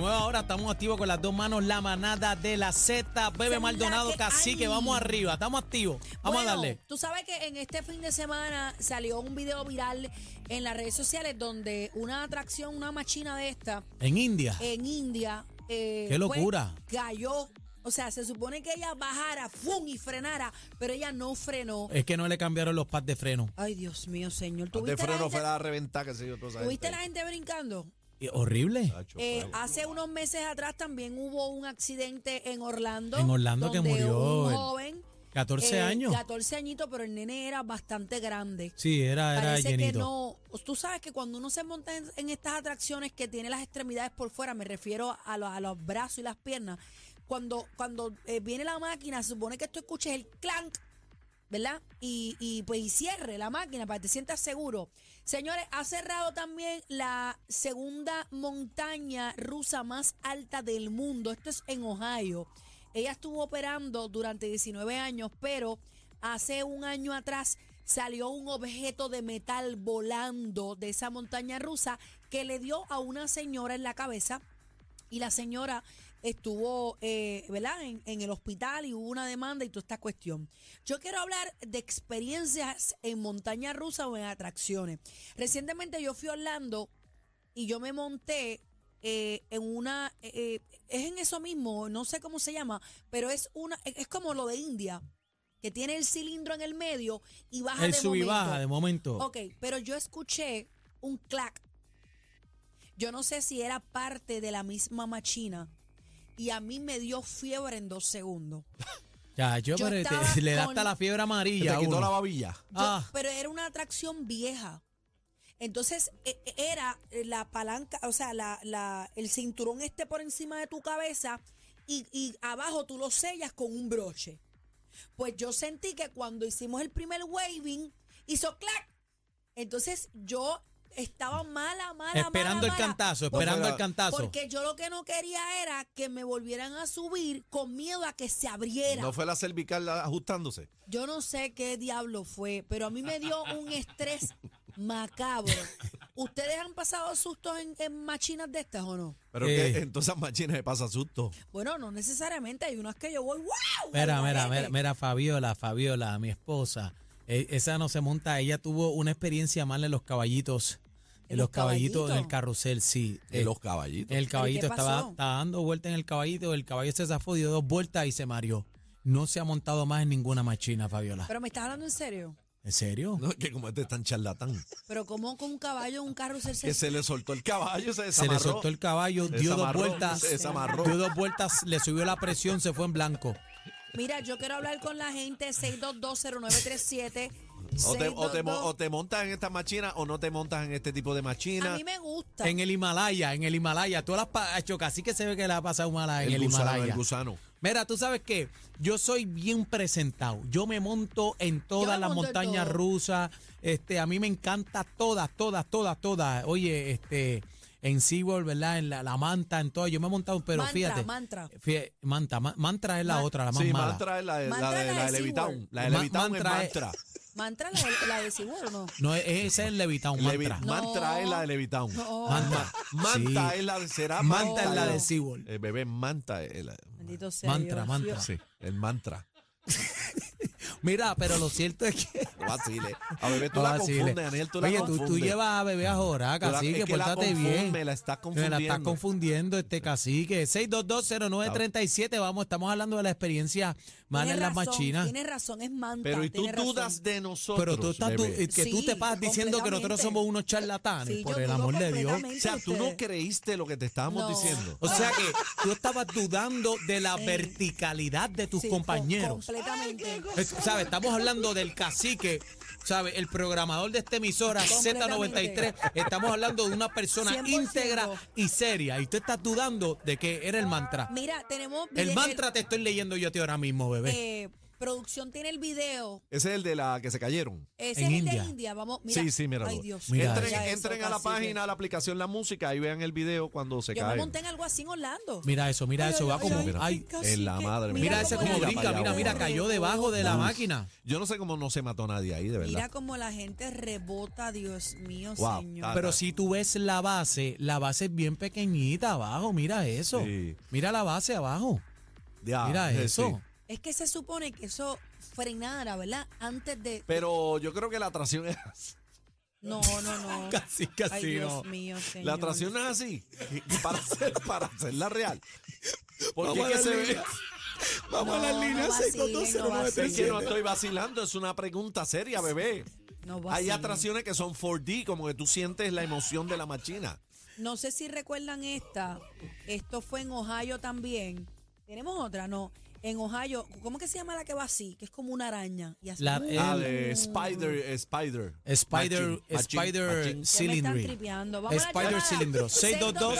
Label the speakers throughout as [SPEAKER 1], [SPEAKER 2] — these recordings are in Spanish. [SPEAKER 1] hora. Estamos activos con las dos manos, la manada de la Z, Bebe
[SPEAKER 2] Esa es la
[SPEAKER 1] Maldonado,
[SPEAKER 2] que
[SPEAKER 1] Cacique.
[SPEAKER 2] hay.
[SPEAKER 1] Vamos arriba, estamos activos. Vamos
[SPEAKER 2] Bueno,
[SPEAKER 1] a darle.
[SPEAKER 2] Tú sabes que en este fin de semana salió un video viral en las redes sociales donde una atracción, una machina de esta
[SPEAKER 1] En India.
[SPEAKER 2] en India. eh,
[SPEAKER 1] ¡Qué locura!
[SPEAKER 2] pues, cayó. O sea, se supone que ella bajara, ¡fum! y frenara, pero ella no frenó.
[SPEAKER 1] Es que no le cambiaron los pads de freno.
[SPEAKER 2] Ay, Dios mío, señor.
[SPEAKER 3] De
[SPEAKER 2] ¿Tuviste la
[SPEAKER 3] freno
[SPEAKER 2] gente,
[SPEAKER 3] fuera a reventar, qué sé yo, toda esa
[SPEAKER 2] tuviste
[SPEAKER 3] gente
[SPEAKER 2] la
[SPEAKER 3] ahí.
[SPEAKER 2] gente brincando?
[SPEAKER 1] Y horrible.
[SPEAKER 3] Tacho,
[SPEAKER 2] Eh,
[SPEAKER 3] feo.
[SPEAKER 2] hace unos meses atrás también hubo un accidente en Orlando.
[SPEAKER 1] En Orlando que
[SPEAKER 2] donde
[SPEAKER 1] murió
[SPEAKER 2] Un
[SPEAKER 1] el-
[SPEAKER 2] joven.
[SPEAKER 1] 14
[SPEAKER 2] eh,
[SPEAKER 1] años.
[SPEAKER 2] 14 añitos, pero el nene era bastante grande.
[SPEAKER 1] Sí, era, era
[SPEAKER 2] Parece que
[SPEAKER 1] llenito.
[SPEAKER 2] no. Pues, Tú sabes que cuando uno se monta en, en estas atracciones que tiene las extremidades por fuera, me refiero a, lo- a los brazos y las piernas, cuando, cuando eh, viene la máquina, se supone que tú escuches el clank, ¿verdad? Y, y pues y cierre la máquina para que te sientas seguro. Señores, ha cerrado también la segunda montaña rusa más alta del mundo. Esto es en Ohio. Ella estuvo operando durante 19 años, pero hace un año atrás salió un objeto de metal volando de esa montaña rusa que le dio a una señora en la cabeza y la señora estuvo, eh, ¿verdad?, en, en el hospital y hubo una demanda y toda esta cuestión. Yo quiero hablar de experiencias en montaña rusa o en atracciones. Recientemente yo fui a Orlando y yo me monté eh, en una, eh, eh, es en eso mismo, no sé cómo se llama, pero es una, es es como lo de India, que tiene el cilindro en el medio y baja
[SPEAKER 1] El
[SPEAKER 2] de
[SPEAKER 1] sub y
[SPEAKER 2] momento.
[SPEAKER 1] baja de momento.
[SPEAKER 2] Ok, pero yo escuché un clac. Yo no sé si era parte de la misma machina. Y a mí me dio fiebre en dos segundos.
[SPEAKER 1] Ya, yo,
[SPEAKER 2] Yo
[SPEAKER 1] pero te-
[SPEAKER 2] estaba
[SPEAKER 1] le da
[SPEAKER 2] con-
[SPEAKER 1] hasta la fiebre
[SPEAKER 3] Que
[SPEAKER 1] amarilla.
[SPEAKER 3] te
[SPEAKER 1] a
[SPEAKER 3] quitó
[SPEAKER 1] uno.
[SPEAKER 3] la babilla.
[SPEAKER 2] Yo-
[SPEAKER 1] Ah.
[SPEAKER 2] Pero era una atracción vieja. Entonces e- e- era la palanca, o sea, la, la- el cinturón este por encima de tu cabeza y, y abajo tú lo sellas con un broche. Pues yo sentí que cuando hicimos el primer waving, hizo clac. Entonces yo estaba mala, mala,
[SPEAKER 1] Esperando
[SPEAKER 2] mala,
[SPEAKER 1] el
[SPEAKER 2] mala,
[SPEAKER 1] cantazo,
[SPEAKER 3] porque-
[SPEAKER 1] esperando el cantazo.
[SPEAKER 2] Porque yo lo que no quería era que me volvieran a subir con miedo a que se abriera.
[SPEAKER 3] No fue la cervical ajustándose.
[SPEAKER 2] Yo no sé qué diablo fue, pero a mí me dio un estrés macabro. ¿Ustedes han pasado sustos en, en machinas de estas o no?
[SPEAKER 3] Pero
[SPEAKER 1] Eh.
[SPEAKER 3] que entonces machines me pasa susto.
[SPEAKER 2] Bueno, no necesariamente. Hay unas que yo voy, ¡wow!
[SPEAKER 1] Mira,
[SPEAKER 2] al
[SPEAKER 1] mira, mira,
[SPEAKER 2] garete!
[SPEAKER 1] mira, Fabiola, Fabiola, mi esposa. eh, esa no se monta. Ella tuvo una experiencia mala en los caballitos. En,
[SPEAKER 2] ¿En
[SPEAKER 1] los
[SPEAKER 2] los
[SPEAKER 1] caballitos, en el
[SPEAKER 2] caballitos?
[SPEAKER 1] carrusel, sí. Eh,
[SPEAKER 3] De los caballitos.
[SPEAKER 1] el caballito estaba,
[SPEAKER 2] pasó?
[SPEAKER 1] estaba dando vueltas en el caballito. El caballo se zafó, dio dos vueltas y se mareó. No se ha montado más en ninguna machina, Fabiola.
[SPEAKER 2] Pero me estás hablando en serio.
[SPEAKER 1] ¿En serio?
[SPEAKER 3] No, que como este es tan charlatán.
[SPEAKER 2] Pero como con un caballo, un carro se
[SPEAKER 3] Que se le soltó el caballo, se
[SPEAKER 1] Se
[SPEAKER 3] desamarró.
[SPEAKER 1] le soltó el caballo,
[SPEAKER 3] Se
[SPEAKER 1] dio dos
[SPEAKER 3] desamarró,
[SPEAKER 1] vueltas.
[SPEAKER 3] se desamarró.
[SPEAKER 1] Dio dos vueltas, le subió la presión, se fue en blanco.
[SPEAKER 2] Mira, yo quiero hablar con la gente 6220937.
[SPEAKER 3] O te, o, te,
[SPEAKER 2] 622.
[SPEAKER 3] mo- o te montas en esta machina o no te montas en este tipo de
[SPEAKER 2] A
[SPEAKER 3] machina.
[SPEAKER 2] mí me gusta.
[SPEAKER 1] En el Himalaya, en el Himalaya. Todas las pa- hecho casi que se ve que la ha pasado mala en el,
[SPEAKER 3] gusano,
[SPEAKER 1] Himalaya.
[SPEAKER 3] el gusano.
[SPEAKER 1] Mira, tú sabes que yo soy bien presentado. Yo me monto en todas
[SPEAKER 2] me
[SPEAKER 1] las
[SPEAKER 2] monto en
[SPEAKER 1] montañas
[SPEAKER 2] todo.
[SPEAKER 1] rusas. Este, a mí me encanta todas, todas, todas, todas. Oye, este, en SeaWorld, ¿verdad? En la, la manta, en todo. Yo me he montado, pero
[SPEAKER 2] Mantra,
[SPEAKER 1] fíjate.
[SPEAKER 2] mantra.
[SPEAKER 1] fíjate, Manta, ma- mantra es la
[SPEAKER 2] Man-
[SPEAKER 1] otra, la más
[SPEAKER 3] Sí,
[SPEAKER 1] mala.
[SPEAKER 3] mantra es la de la
[SPEAKER 2] Mantra
[SPEAKER 3] de
[SPEAKER 2] es
[SPEAKER 3] la
[SPEAKER 2] la
[SPEAKER 3] de
[SPEAKER 2] de
[SPEAKER 3] Levitown.
[SPEAKER 2] SeaWorld.
[SPEAKER 3] La de
[SPEAKER 1] Ma-
[SPEAKER 3] Levitown es
[SPEAKER 1] mantra es-
[SPEAKER 3] mantra.
[SPEAKER 2] Mantra la de, la de Sigüero, ¿no?
[SPEAKER 1] No, es- ese es el levitado,
[SPEAKER 3] Levi-
[SPEAKER 1] mantra.
[SPEAKER 3] Mantra es la de Levitown.
[SPEAKER 2] No.
[SPEAKER 1] Manta,
[SPEAKER 3] Manta
[SPEAKER 1] Sí.
[SPEAKER 3] es la de será
[SPEAKER 1] Manta es la de
[SPEAKER 3] es-
[SPEAKER 1] SeaWorld.
[SPEAKER 3] El bebé manta es la.
[SPEAKER 2] Maldito sea
[SPEAKER 1] Mantra,
[SPEAKER 2] Dios.
[SPEAKER 1] mantra.
[SPEAKER 3] Sí, el mantra.
[SPEAKER 1] Mira, pero lo cierto es que.
[SPEAKER 3] No vacile. A bebé tú la
[SPEAKER 1] No vacile.
[SPEAKER 3] confundes, Daniel, tú
[SPEAKER 1] eh. Oye,
[SPEAKER 3] la
[SPEAKER 1] tú,
[SPEAKER 3] confundes.
[SPEAKER 1] tú llevas a bebé a jorar,
[SPEAKER 3] Tú la-
[SPEAKER 1] cacique,
[SPEAKER 3] es que la
[SPEAKER 1] pórtate
[SPEAKER 3] confunde,
[SPEAKER 1] bien.
[SPEAKER 3] la estás
[SPEAKER 1] Me la estás
[SPEAKER 3] confundiendo.
[SPEAKER 1] confundiendo este cacique. 6220937, vamos, estamos hablando de la experiencia mala en
[SPEAKER 2] Tienes
[SPEAKER 1] las
[SPEAKER 2] razón,
[SPEAKER 1] machinas.
[SPEAKER 2] Tienes razón, es manta.
[SPEAKER 3] Pero y tú
[SPEAKER 2] tienes razón.
[SPEAKER 3] dudas de nosotros.
[SPEAKER 1] Pero tú estás du-
[SPEAKER 3] bebé.
[SPEAKER 1] que tú te
[SPEAKER 2] Sí,
[SPEAKER 1] pasas diciendo que nosotros
[SPEAKER 2] completamente.
[SPEAKER 1] somos unos charlatanes,
[SPEAKER 2] Sí,
[SPEAKER 1] por
[SPEAKER 2] yo
[SPEAKER 1] el
[SPEAKER 2] dudo
[SPEAKER 1] amor de Dios.
[SPEAKER 2] completamente.
[SPEAKER 3] O sea, tú no
[SPEAKER 2] ustedes.
[SPEAKER 3] creíste lo que te estábamos
[SPEAKER 2] No.
[SPEAKER 3] diciendo.
[SPEAKER 1] O sea que tú estabas dudando de la verticalidad de tus
[SPEAKER 2] Sí, co-
[SPEAKER 1] compañeros.
[SPEAKER 2] completamente.
[SPEAKER 1] Es- ¿Sabes? Estamos hablando del cacique, ¿sabes? El programador de esta emisora Z93.
[SPEAKER 2] Completamente.
[SPEAKER 1] Estamos hablando de una persona
[SPEAKER 2] 100%.
[SPEAKER 1] íntegra y seria. Y tú estás dudando de que era el mantra.
[SPEAKER 2] Mira, tenemos.
[SPEAKER 1] El
[SPEAKER 2] video-
[SPEAKER 1] mantra te estoy leyendo yo a ti ahora mismo, bebé.
[SPEAKER 2] eh, Producción tiene el video.
[SPEAKER 3] Ese es el de la que se cayeron.
[SPEAKER 2] Ese
[SPEAKER 1] En
[SPEAKER 2] es el
[SPEAKER 1] India.
[SPEAKER 2] de India. Vamos, mira.
[SPEAKER 3] sí, sí, míralo.
[SPEAKER 2] Ay, Dios.
[SPEAKER 1] Mira
[SPEAKER 3] entren
[SPEAKER 1] eso.
[SPEAKER 3] entren a la página, a la aplicación La Música y vean el video cuando se
[SPEAKER 2] Yo me
[SPEAKER 3] cae.
[SPEAKER 2] monté en algo así en Orlando.
[SPEAKER 1] Mira eso, mira eso, va como.
[SPEAKER 3] mira.
[SPEAKER 1] ay,
[SPEAKER 3] en la madre
[SPEAKER 1] mira
[SPEAKER 3] mira
[SPEAKER 1] ese
[SPEAKER 3] cómo
[SPEAKER 1] como
[SPEAKER 3] la
[SPEAKER 1] brinca,
[SPEAKER 3] vaya
[SPEAKER 1] mira, mira,
[SPEAKER 3] bola.
[SPEAKER 1] cayó debajo de la
[SPEAKER 3] Uf.
[SPEAKER 1] máquina.
[SPEAKER 3] Yo no sé cómo no se mató nadie ahí, de verdad.
[SPEAKER 2] Mira cómo la gente rebota, Dios mío,
[SPEAKER 3] Wow.
[SPEAKER 2] señor.
[SPEAKER 1] Pero si tú ves la base, la base es bien pequeñita abajo, mira eso.
[SPEAKER 3] Sí.
[SPEAKER 1] Mira la base abajo,
[SPEAKER 3] Ya, eh,
[SPEAKER 1] mira
[SPEAKER 3] sí.
[SPEAKER 1] eso.
[SPEAKER 2] Es que se supone que eso frenara, ¿verdad? Antes de.
[SPEAKER 3] Pero yo creo que la atracción es así.
[SPEAKER 2] No, no, no.
[SPEAKER 1] Casi, casi
[SPEAKER 2] Ay, Dios
[SPEAKER 1] no.
[SPEAKER 2] mío, señor.
[SPEAKER 3] La atracción es así. Para, hacer, para hacerla real. Porque
[SPEAKER 1] Vamos
[SPEAKER 3] es que
[SPEAKER 1] a
[SPEAKER 3] se
[SPEAKER 1] darle-
[SPEAKER 3] ve.
[SPEAKER 1] Vamos
[SPEAKER 2] No, no vacilen, no
[SPEAKER 3] Es que
[SPEAKER 2] vacilen.
[SPEAKER 3] no estoy vacilando, es una pregunta seria, bebé.
[SPEAKER 2] No
[SPEAKER 3] Hay
[SPEAKER 2] vacilen.
[SPEAKER 3] atracciones que son 4D, como que tú sientes la emoción de la machina.
[SPEAKER 2] No sé si recuerdan esta. Esto fue en Ohio también. ¿Tenemos otra? No. En Ohio, ¿cómo que se llama la que va así? Que es como una araña. Y así.
[SPEAKER 1] La- eh,
[SPEAKER 2] Uh,
[SPEAKER 1] El-
[SPEAKER 3] Ah, de Spider, eh, Spider.
[SPEAKER 1] Spider,
[SPEAKER 3] Machín, machín,
[SPEAKER 1] Spider
[SPEAKER 3] machín.
[SPEAKER 2] ya me están
[SPEAKER 1] Cylindry.
[SPEAKER 2] tripeando. Vamos
[SPEAKER 1] Spider
[SPEAKER 2] a la
[SPEAKER 1] cilindro.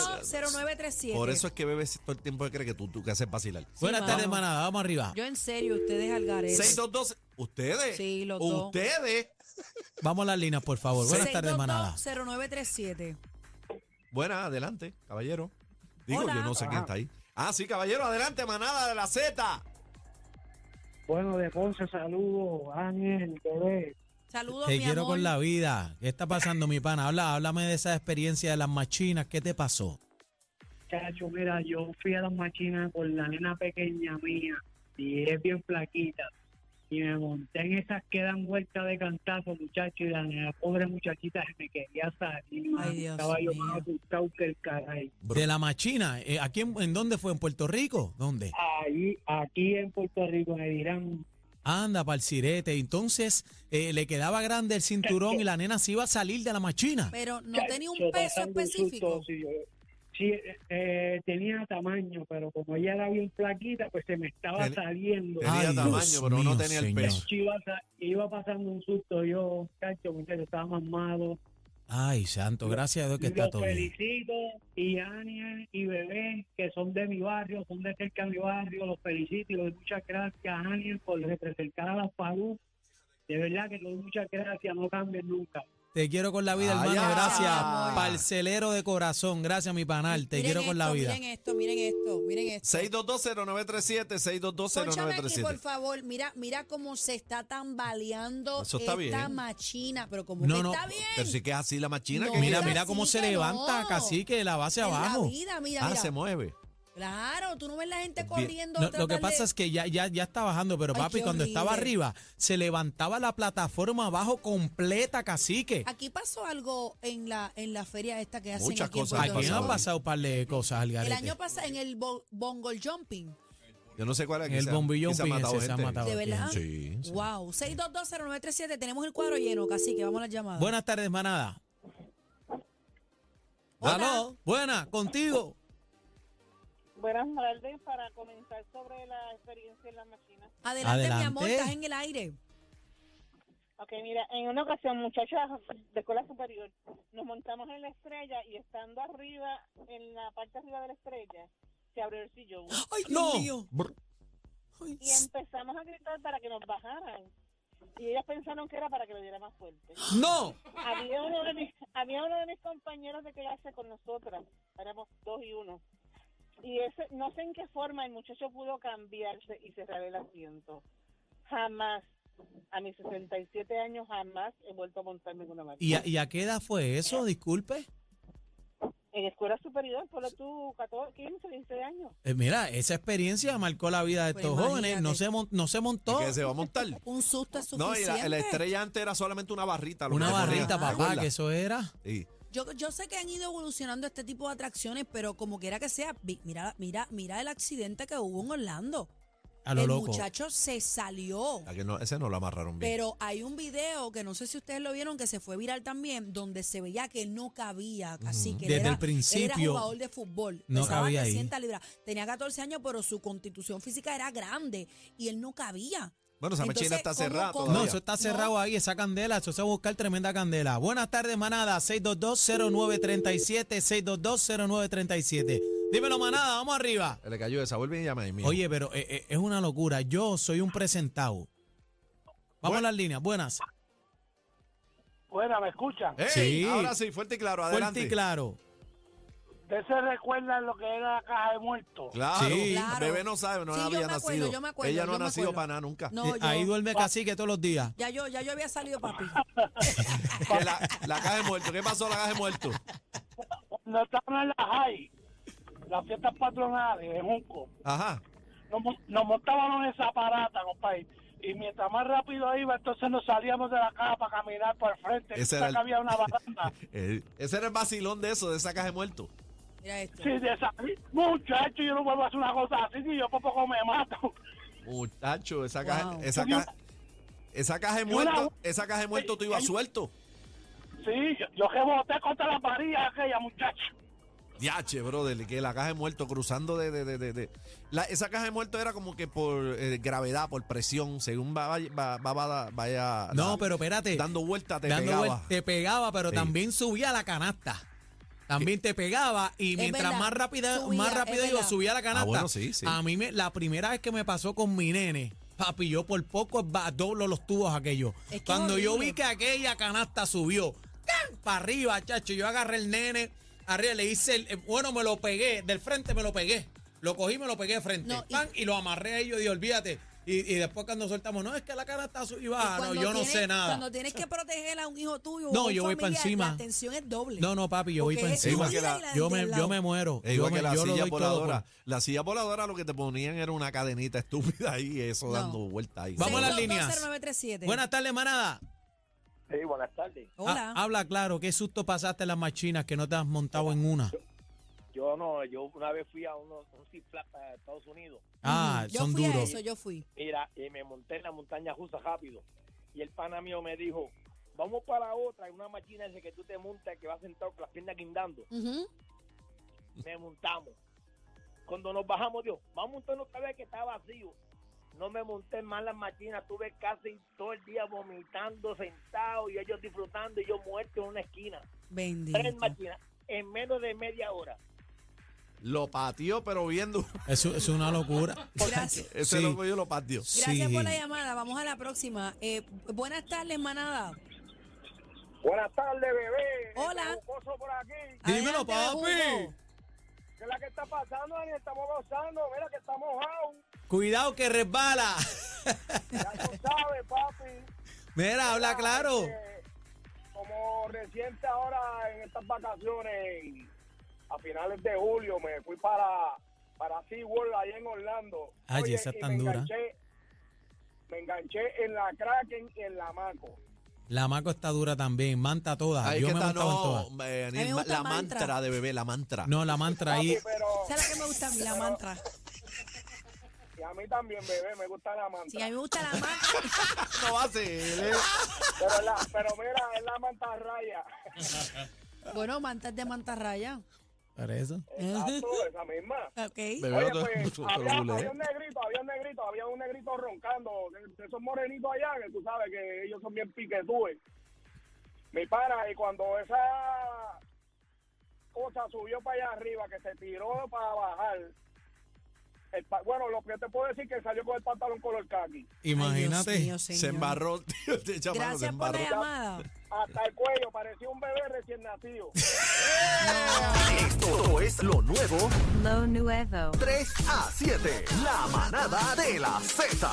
[SPEAKER 2] 622-0937.
[SPEAKER 3] Por eso es que bebes todo el tiempo que cree que tú, tú que haces vacilar.
[SPEAKER 1] Buenas
[SPEAKER 2] mano.
[SPEAKER 1] tardes, manada, vamos arriba.
[SPEAKER 2] Yo en serio, ustedes al garete.
[SPEAKER 3] 622. ¿Ustedes?
[SPEAKER 2] Sí, los dos.
[SPEAKER 3] ¿Ustedes?
[SPEAKER 1] Vamos a las líneas, por favor. Buenas tardes, manada.
[SPEAKER 2] 0937.
[SPEAKER 3] Buena, adelante, caballero. Digo,
[SPEAKER 2] Hola.
[SPEAKER 3] yo no sé quién está ahí. Ah, sí, caballero, adelante, manada de la Z.
[SPEAKER 4] Bueno, de Ponce, saludos, Ángel, bebé.
[SPEAKER 2] Saludos,
[SPEAKER 1] Te
[SPEAKER 2] mi
[SPEAKER 1] quiero
[SPEAKER 2] amor.
[SPEAKER 1] con la vida. ¿Qué está pasando, mi pana? Habla, háblame de esa experiencia de las machinas. ¿Qué te pasó?
[SPEAKER 4] Chacho, mira, yo fui a las máquinas con la nena pequeña mía y es bien flaquita. Y me monté en esas que dan vuelta de cantazo, muchacho, y la, la pobre muchachita se me quería salir, mano.
[SPEAKER 2] Dios
[SPEAKER 4] Estaba yo
[SPEAKER 2] mío.
[SPEAKER 4] más asustado que el caray.
[SPEAKER 1] De la machina. Eh, ¿Aquí en, en dónde fue? ¿En Puerto Rico? ¿Dónde?
[SPEAKER 4] Ahí, aquí en Puerto Rico, me dirán,
[SPEAKER 1] Anda, para el cirete. Entonces eh, le quedaba grande el cinturón y la nena se iba a salir de la machina.
[SPEAKER 2] Pero no tenía un
[SPEAKER 4] Chacho,
[SPEAKER 2] peso
[SPEAKER 4] pasando un
[SPEAKER 2] específico.
[SPEAKER 4] susto, sí, yo- sí, eh, eh, tenía tamaño, pero como ella era bien flaquita, pues se me estaba
[SPEAKER 3] Ten-
[SPEAKER 4] saliendo.
[SPEAKER 3] Tenía
[SPEAKER 1] Ay,
[SPEAKER 3] tamaño,
[SPEAKER 1] Dios
[SPEAKER 3] pero
[SPEAKER 1] mío,
[SPEAKER 3] no tenía el
[SPEAKER 1] señor.
[SPEAKER 3] peso.
[SPEAKER 4] Yo iba, sa- iba pasando un susto yo, cacho, muchacho, estaba mamado.
[SPEAKER 1] Ay, santo, gracias a Dios que está
[SPEAKER 4] Los
[SPEAKER 1] todo bien.
[SPEAKER 4] felicito y Ania y Bebé, que son de mi barrio, son de cerca de mi barrio, los felicito y les doy muchas gracias a Ania por representar a la FADU. De verdad que les doy muchas gracias, no cambien nunca.
[SPEAKER 1] Te quiero con la vida,
[SPEAKER 3] Ay,
[SPEAKER 1] hermano.
[SPEAKER 3] ay,
[SPEAKER 1] Gracias.
[SPEAKER 3] amor.
[SPEAKER 1] Parcelero de corazón. Gracias, mi panal. Te
[SPEAKER 2] Miren
[SPEAKER 1] quiero con la
[SPEAKER 2] esto,
[SPEAKER 1] vida.
[SPEAKER 2] Miren esto, miren esto, miren esto.
[SPEAKER 3] 6220937,
[SPEAKER 2] Pónchame aquí, por
[SPEAKER 3] 6220937.
[SPEAKER 2] favor. Mira, mira cómo se está tambaleando
[SPEAKER 3] Eso está
[SPEAKER 2] esta
[SPEAKER 3] bien.
[SPEAKER 2] machina. Pero como
[SPEAKER 1] No,
[SPEAKER 2] que
[SPEAKER 1] no,
[SPEAKER 2] está bien.
[SPEAKER 3] Pero sí que es así la machina
[SPEAKER 2] No,
[SPEAKER 3] que
[SPEAKER 1] Mira,
[SPEAKER 2] Cacique,
[SPEAKER 1] mira cómo se
[SPEAKER 2] no.
[SPEAKER 1] levanta, cacique, la base
[SPEAKER 2] en
[SPEAKER 1] abajo.
[SPEAKER 2] La vida, mira,
[SPEAKER 3] Ah,
[SPEAKER 2] mira.
[SPEAKER 3] se mueve.
[SPEAKER 2] Claro, tú no ves la gente
[SPEAKER 3] Bien.
[SPEAKER 2] corriendo.
[SPEAKER 1] No,
[SPEAKER 2] a
[SPEAKER 1] lo que
[SPEAKER 2] tratar de-
[SPEAKER 1] pasa es que ya, ya, ya está bajando, pero
[SPEAKER 2] Ay,
[SPEAKER 1] papi,
[SPEAKER 2] qué
[SPEAKER 1] cuando estaba
[SPEAKER 2] horrible.
[SPEAKER 1] arriba, se levantaba la plataforma abajo completa, cacique.
[SPEAKER 2] Aquí pasó algo en la, en la feria esta que hacen
[SPEAKER 3] Muchas
[SPEAKER 2] aquí en
[SPEAKER 3] cosas
[SPEAKER 2] Puerto
[SPEAKER 3] han
[SPEAKER 1] Aquí
[SPEAKER 2] Rico.
[SPEAKER 1] han
[SPEAKER 3] pasado.
[SPEAKER 1] pasado un par de cosas, al
[SPEAKER 2] El
[SPEAKER 1] garete.
[SPEAKER 2] año pasado, en el bo- bongo jumping.
[SPEAKER 3] Yo no sé cuál es.
[SPEAKER 1] El
[SPEAKER 3] que se ha-
[SPEAKER 1] bombillón
[SPEAKER 3] que
[SPEAKER 1] pin, ese se ha
[SPEAKER 3] gente.
[SPEAKER 1] matado.
[SPEAKER 2] ¿De
[SPEAKER 1] bien.
[SPEAKER 2] verdad?
[SPEAKER 3] Sí, sí.
[SPEAKER 2] Wow. 6220937. Tenemos el cuadro lleno, casi que vamos a la llamada.
[SPEAKER 1] Buenas tardes, manada.
[SPEAKER 2] Hola.
[SPEAKER 1] Aló, buena, contigo.
[SPEAKER 5] Buenas tardes. Para comenzar sobre la experiencia en la máquina.
[SPEAKER 2] Adelante, mi
[SPEAKER 1] Adelante.
[SPEAKER 2] amor, estás en el aire.
[SPEAKER 5] Ok, mira, en una ocasión, muchachas de escuela superior, nos montamos en la estrella y estando arriba, en la parte arriba de la estrella, se abrió el sillón.
[SPEAKER 2] Ay, Dios
[SPEAKER 1] No.
[SPEAKER 2] mío.
[SPEAKER 3] Brr.
[SPEAKER 2] Ay,
[SPEAKER 5] Y empezamos a gritar para que nos bajaran. Y ellas pensaron que era para que lo diera más fuerte.
[SPEAKER 1] No.
[SPEAKER 5] Había uno de mis, había uno de mis compañeros de clase con nosotras, éramos dos y uno. Y ese, no sé en qué forma el muchacho pudo cambiarse y cerrar el asiento. Jamás, a mis 67 años, jamás he vuelto a montarme en una
[SPEAKER 1] ¿Y
[SPEAKER 5] máquina.
[SPEAKER 1] a, y a qué edad fue eso? Disculpe.
[SPEAKER 5] En escuela superior, por lo tú, 14, 15, 16 años.
[SPEAKER 1] Eh, mira, esa experiencia marcó la vida de
[SPEAKER 2] Pues
[SPEAKER 1] estos jóvenes. No
[SPEAKER 2] imagínate.
[SPEAKER 1] se, mon- no se montó.
[SPEAKER 3] Que se va a montar.
[SPEAKER 2] Un susto es
[SPEAKER 3] No, y
[SPEAKER 2] suficiente.
[SPEAKER 3] la, la estrella antes era solamente una barrita. lo
[SPEAKER 1] Una
[SPEAKER 3] que te ponían,
[SPEAKER 1] barrita,
[SPEAKER 3] ¿te
[SPEAKER 1] papá,
[SPEAKER 3] acuerdas?
[SPEAKER 1] que eso era.
[SPEAKER 3] Sí.
[SPEAKER 2] Yo, yo sé que han ido evolucionando este tipo de atracciones, pero como quiera que sea, vi- mira, mira, mira el accidente que hubo en Orlando.
[SPEAKER 1] A lo
[SPEAKER 2] el
[SPEAKER 1] loco.
[SPEAKER 2] muchacho se salió.
[SPEAKER 3] La que no- ese no lo amarraron bien.
[SPEAKER 2] Pero hay un video que no sé si ustedes lo vieron que se fue viral también, donde se veía que él no cabía, así que él
[SPEAKER 1] Desde
[SPEAKER 2] era,
[SPEAKER 1] el principio,
[SPEAKER 2] él era jugador de fútbol,
[SPEAKER 1] no
[SPEAKER 2] pesaba
[SPEAKER 1] cabía ahí.
[SPEAKER 2] 300 libras, tenía 14 años, pero su constitución física era grande y él no cabía.
[SPEAKER 3] bueno, esa
[SPEAKER 2] entonces,
[SPEAKER 3] machina está
[SPEAKER 2] ¿cómo-
[SPEAKER 3] cerrada
[SPEAKER 2] cómo-
[SPEAKER 1] No,
[SPEAKER 3] todavía.
[SPEAKER 1] eso está cerrado ahí, esa candela, eso se va a buscar tremenda candela. Buenas tardes, manada, 622-0937, 622-0937. Dímelo, manada, vamos arriba.
[SPEAKER 3] Le cayó esa, vuelve y llama ahí mismo.
[SPEAKER 1] Oye, pero eh, eh, es una locura. Yo soy un presentado. Vamos a las líneas, buenas.
[SPEAKER 6] Bueno, ¿me escuchan?
[SPEAKER 3] ¡Ey!
[SPEAKER 1] sí.
[SPEAKER 3] Ahora sí, fuerte y claro, adelante.
[SPEAKER 1] Fuerte y claro.
[SPEAKER 6] ¿Ustedes se recuerdan lo que era la caja de muertos?
[SPEAKER 3] Claro,
[SPEAKER 1] Sí.
[SPEAKER 2] Claro.
[SPEAKER 3] bebé no sabe, no
[SPEAKER 2] Sí, yo
[SPEAKER 3] había
[SPEAKER 2] me acuerdo,
[SPEAKER 3] nacido.
[SPEAKER 2] yo me acuerdo,
[SPEAKER 3] Ella no
[SPEAKER 2] yo
[SPEAKER 3] ha
[SPEAKER 2] me
[SPEAKER 3] nacido
[SPEAKER 2] acuerdo.
[SPEAKER 3] para nada nunca.
[SPEAKER 2] No,
[SPEAKER 1] Eh,
[SPEAKER 2] yo-
[SPEAKER 1] Ahí duerme cacique todos los días.
[SPEAKER 2] Ya yo, ya yo había salido, papi.
[SPEAKER 3] Que la, la caja de muerto, ¿qué pasó la caja de muerto?
[SPEAKER 6] Cuando estaban en la JAI, las fiestas patronales en Junco,
[SPEAKER 3] Ajá.
[SPEAKER 6] nos, mon- nos montábamos en esa parata, compadre. Y mientras más rápido iba, entonces nos salíamos de la caja para caminar por el frente.
[SPEAKER 3] Ese
[SPEAKER 6] Esa
[SPEAKER 3] era el-
[SPEAKER 6] había una baranda.
[SPEAKER 3] Eh, ese era el vacilón de eso, de esa caja de muerto.
[SPEAKER 2] Mira esto.
[SPEAKER 6] Sí, de esa... Muchacho, yo no vuelvo a hacer una cosa así, si yo por poco me mato.
[SPEAKER 3] Muchacho, esa caja,
[SPEAKER 2] Wow.
[SPEAKER 3] esa caja, esa caja de
[SPEAKER 6] Y una-
[SPEAKER 3] muerto, esa caja de muerto tú ibas
[SPEAKER 6] Ey,
[SPEAKER 3] suelto.
[SPEAKER 6] Sí, yo, yo que boté contra la varilla aquella, muchacho.
[SPEAKER 3] Diache, brother, que la caja de muerto cruzando de... de, de, de, de- La- esa caja de muerto era como que por eh, gravedad, por presión, según va, va- va- va- vaya...
[SPEAKER 1] No,
[SPEAKER 3] la-
[SPEAKER 1] pero espérate.
[SPEAKER 3] Dando vuelta te
[SPEAKER 1] dando
[SPEAKER 3] pegaba.
[SPEAKER 1] vuelt- te pegaba, pero
[SPEAKER 3] Sí.
[SPEAKER 1] también subía la canasta. También te pegaba y
[SPEAKER 2] Es
[SPEAKER 1] mientras
[SPEAKER 2] verdad,
[SPEAKER 1] más rápida,
[SPEAKER 2] subía,
[SPEAKER 1] más
[SPEAKER 2] es
[SPEAKER 1] rápido yo
[SPEAKER 2] verdad.
[SPEAKER 1] subía la canasta.
[SPEAKER 3] Ah, bueno, sí, sí.
[SPEAKER 1] A mí me- la primera vez que me pasó con mi nene, papi, yo por poco ba- doblo los tubos aquellos.
[SPEAKER 2] Es que
[SPEAKER 1] Cuando yo
[SPEAKER 2] horrible.
[SPEAKER 1] vi que aquella canasta subió, para arriba, chacho, yo agarré el nene, arriba le hice el, eh, bueno, me lo pegué, del frente me lo pegué. Lo cogí, me lo pegué de frente.
[SPEAKER 2] No, y-
[SPEAKER 1] pan, y, lo amarré a ellos y olvídate. Y, y después cuando soltamos, no, es que la canasta subió y baja, Ah, no,
[SPEAKER 2] Cuando
[SPEAKER 1] yo no
[SPEAKER 2] tienes-
[SPEAKER 1] sé nada.
[SPEAKER 2] Cuando tienes que proteger a un hijo tuyo,
[SPEAKER 1] No,
[SPEAKER 2] o un
[SPEAKER 1] yo voy pa'
[SPEAKER 2] familiar,
[SPEAKER 1] encima.
[SPEAKER 2] La tensión es doble.
[SPEAKER 1] No, no, papi, yo voy
[SPEAKER 2] Porque
[SPEAKER 1] para
[SPEAKER 2] es tu
[SPEAKER 1] encima.
[SPEAKER 2] vida y la del
[SPEAKER 1] Yo
[SPEAKER 2] de
[SPEAKER 1] me,
[SPEAKER 2] al
[SPEAKER 1] yo
[SPEAKER 2] lado.
[SPEAKER 1] me muero.
[SPEAKER 3] Es
[SPEAKER 1] yo
[SPEAKER 3] igual
[SPEAKER 1] me,
[SPEAKER 3] que la
[SPEAKER 1] yo lo
[SPEAKER 3] silla
[SPEAKER 1] doy todo por-
[SPEAKER 3] voladora. La silla voladora lo que te ponían era una cadenita estúpida ahí, eso
[SPEAKER 2] No.
[SPEAKER 3] dando vuelta ahí.
[SPEAKER 1] Vamos a las
[SPEAKER 2] 6220937.
[SPEAKER 1] líneas. Buenas tardes, manada.
[SPEAKER 6] Sí, buenas tardes.
[SPEAKER 2] Hola.
[SPEAKER 1] Ha- habla claro, qué susto pasaste en las machinas que no te has montado en una.
[SPEAKER 6] Yo no, yo una vez fui a uno, un Six Flags para Estados Unidos.
[SPEAKER 1] Ah,
[SPEAKER 2] yo
[SPEAKER 1] son
[SPEAKER 2] fui a
[SPEAKER 1] duros.
[SPEAKER 2] eso, yo fui.
[SPEAKER 6] Mira, y me monté en la montaña justa rápido. Y el pana mío me dijo, vamos para otra, una máquina esa que tú te montas, que vas sentado con las piernas guindando.
[SPEAKER 2] Ujú.
[SPEAKER 6] Me montamos. Cuando nos bajamos, Dios, vamos a montarnos otra vez que está vacío. No me monté más las máquinas, tuve casi todo el día vomitando, sentado, y ellos disfrutando, y yo muerto en una esquina.
[SPEAKER 2] Bendito.
[SPEAKER 6] Tres máquinas, en menos de media hora.
[SPEAKER 3] Lo pateó, pero viendo.
[SPEAKER 1] Es, es una locura.
[SPEAKER 2] Gracias.
[SPEAKER 3] Ese
[SPEAKER 1] Sí.
[SPEAKER 3] loco yo lo pateó.
[SPEAKER 2] Gracias
[SPEAKER 1] Sí.
[SPEAKER 2] por la llamada. Vamos a la próxima. Eh, buenas tardes, manada.
[SPEAKER 6] Buenas tardes, bebé.
[SPEAKER 2] Hola.
[SPEAKER 6] Mocoso por aquí.
[SPEAKER 1] Dímelo,
[SPEAKER 2] Adelante,
[SPEAKER 1] papi.
[SPEAKER 2] Hugo.
[SPEAKER 6] ¿Qué es la que está pasando, Daniel? Estamos gozando, mira que estamos mojados.
[SPEAKER 1] Cuidado que resbala.
[SPEAKER 6] Ya tú sabes, papi.
[SPEAKER 1] Mira, habla claro.
[SPEAKER 6] Eh, Como reciente ahora en estas vacaciones, a finales de julio, me fui para, para SeaWorld allá en Orlando.
[SPEAKER 1] Ay,
[SPEAKER 6] Oye,
[SPEAKER 1] esa
[SPEAKER 6] y
[SPEAKER 1] tan
[SPEAKER 6] me
[SPEAKER 1] dura.
[SPEAKER 6] Enganché, me enganché en la Kraken y en la Maco.
[SPEAKER 1] La maco está dura también, manta toda.
[SPEAKER 3] Ahí
[SPEAKER 1] yo
[SPEAKER 3] que
[SPEAKER 1] me
[SPEAKER 3] está,
[SPEAKER 1] montaba en
[SPEAKER 3] no,
[SPEAKER 1] todas.
[SPEAKER 3] eh,
[SPEAKER 2] mí me
[SPEAKER 3] ni-
[SPEAKER 2] gusta
[SPEAKER 3] la
[SPEAKER 2] mantra.
[SPEAKER 3] mantra de bebé, la mantra.
[SPEAKER 1] No, la mantra ahí.
[SPEAKER 6] Papi, pero
[SPEAKER 2] Esa es la que me gusta a mí, la mantra.
[SPEAKER 6] y a mí también, bebé, me gusta la manta.
[SPEAKER 2] Sí, a mí me gusta la mantra.
[SPEAKER 3] No va a ser, eh.
[SPEAKER 6] pero, la- pero mira, es la manta raya.
[SPEAKER 2] Bueno, mantas de mantarraya.
[SPEAKER 1] Para eso.
[SPEAKER 6] Exacto, esa misma.
[SPEAKER 2] Ok.
[SPEAKER 3] Bebé,
[SPEAKER 6] Oye,
[SPEAKER 3] otro-
[SPEAKER 6] pues,
[SPEAKER 3] otro ¿eh?
[SPEAKER 6] había,
[SPEAKER 3] buleo.
[SPEAKER 6] había un negrito, había un negrito, había un negrito roncando, de- de esos morenitos allá, que tú sabes que ellos son bien piquetúes. Mi para, y cuando esa cosa subió para allá arriba, que se tiró para bajar, el pa- bueno, lo que te puedo decir que salió con el pantalón color khaki,
[SPEAKER 1] Imagínate.
[SPEAKER 2] Ay, Dios mío,
[SPEAKER 3] se
[SPEAKER 2] señor.
[SPEAKER 3] embarró, tío, este chamaco se
[SPEAKER 2] Gracias por
[SPEAKER 3] embarró.
[SPEAKER 2] la llamada.
[SPEAKER 6] hasta el cuello, parecía un bebé recién nacido.
[SPEAKER 7] Esto es lo nuevo
[SPEAKER 8] Lo Nuevo.
[SPEAKER 7] 3 a 7. La manada de la Z.